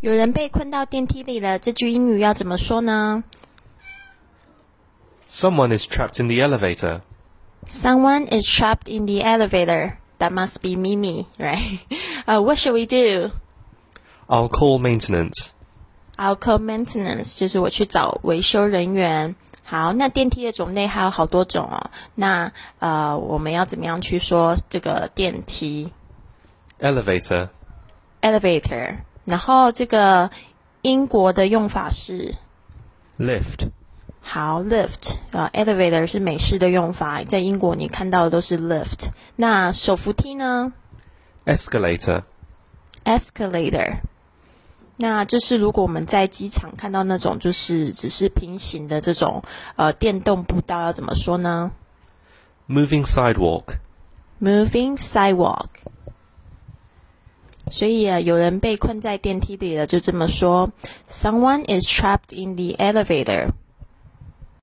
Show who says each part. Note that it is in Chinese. Speaker 1: 有人被困到电梯里了，这句英语要怎么说呢
Speaker 2: Someone is trapped in the elevator.
Speaker 1: ？Someone is trapped in the elevator. That must be Mimi, right? Uh, what should we do?
Speaker 2: I'll call maintenance.
Speaker 1: I'll call maintenance，就是我去找维修人员。好，那电梯的种类还有好多种哦。那呃，我们要怎么样去说这个电梯
Speaker 2: Elevator.
Speaker 1: elevator？然后这个英国的用法是
Speaker 2: Lift.
Speaker 1: 好 lift 啊、e l e v a t o r 是美式的用法，在英国你看到的都是 lift。那手扶梯呢
Speaker 2: Escalator.
Speaker 1: escalator？那就是如果我们在机场看到那种就是只是平行的这种呃电动步道，要怎么说呢？
Speaker 2: Moving sidewalk.
Speaker 1: moving sidewalk。所以啊，有人被困在电梯里了，就这么说：Someone is trapped in the elevator。